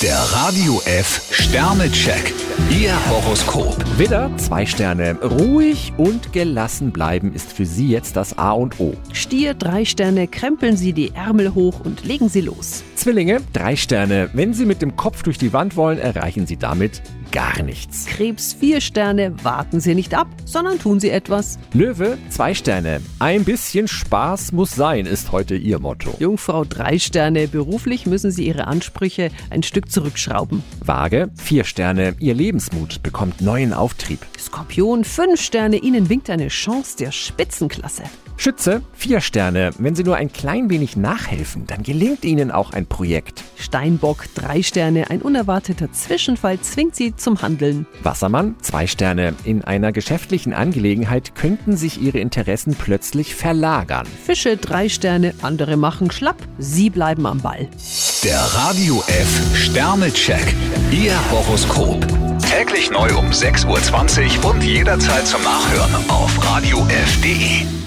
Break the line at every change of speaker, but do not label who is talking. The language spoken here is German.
Der Radio F Sternecheck. Ihr Horoskop.
Widder, zwei Sterne. Ruhig und gelassen bleiben ist für Sie jetzt das A und O.
Stier, drei Sterne, krempeln Sie die Ärmel hoch und legen Sie los.
Zwillinge, drei Sterne. Wenn Sie mit dem Kopf durch die Wand wollen, erreichen Sie damit gar nichts.
Krebs, vier Sterne, warten Sie nicht ab, sondern tun Sie etwas.
Löwe, zwei Sterne. Ein bisschen Spaß muss sein, ist heute Ihr Motto.
Jungfrau, drei Sterne, beruflich müssen Sie Ihre Ansprüche ein Stück zurückschrauben.
Waage, vier Sterne. Ihr Lebensmut bekommt neuen Auftrieb.
Skorpion, fünf Sterne, Ihnen winkt eine Chance der Spitzenklasse.
Schütze, vier Sterne. Wenn Sie nur ein klein wenig nachhelfen, dann gelingt Ihnen auch ein Projekt.
Steinbock, drei Sterne, ein unerwarteter Zwischenfall zwingt Sie zum Handeln.
Wassermann, zwei Sterne. In einer geschäftlichen Angelegenheit könnten sich Ihre Interessen plötzlich verlagern.
Fische, drei Sterne, andere machen schlapp, Sie bleiben am Ball.
Der Radio F Sternecheck. Ihr Horoskop. Täglich neu um 6.20 Uhr und jederzeit zum Nachhören auf Radio radiof.de.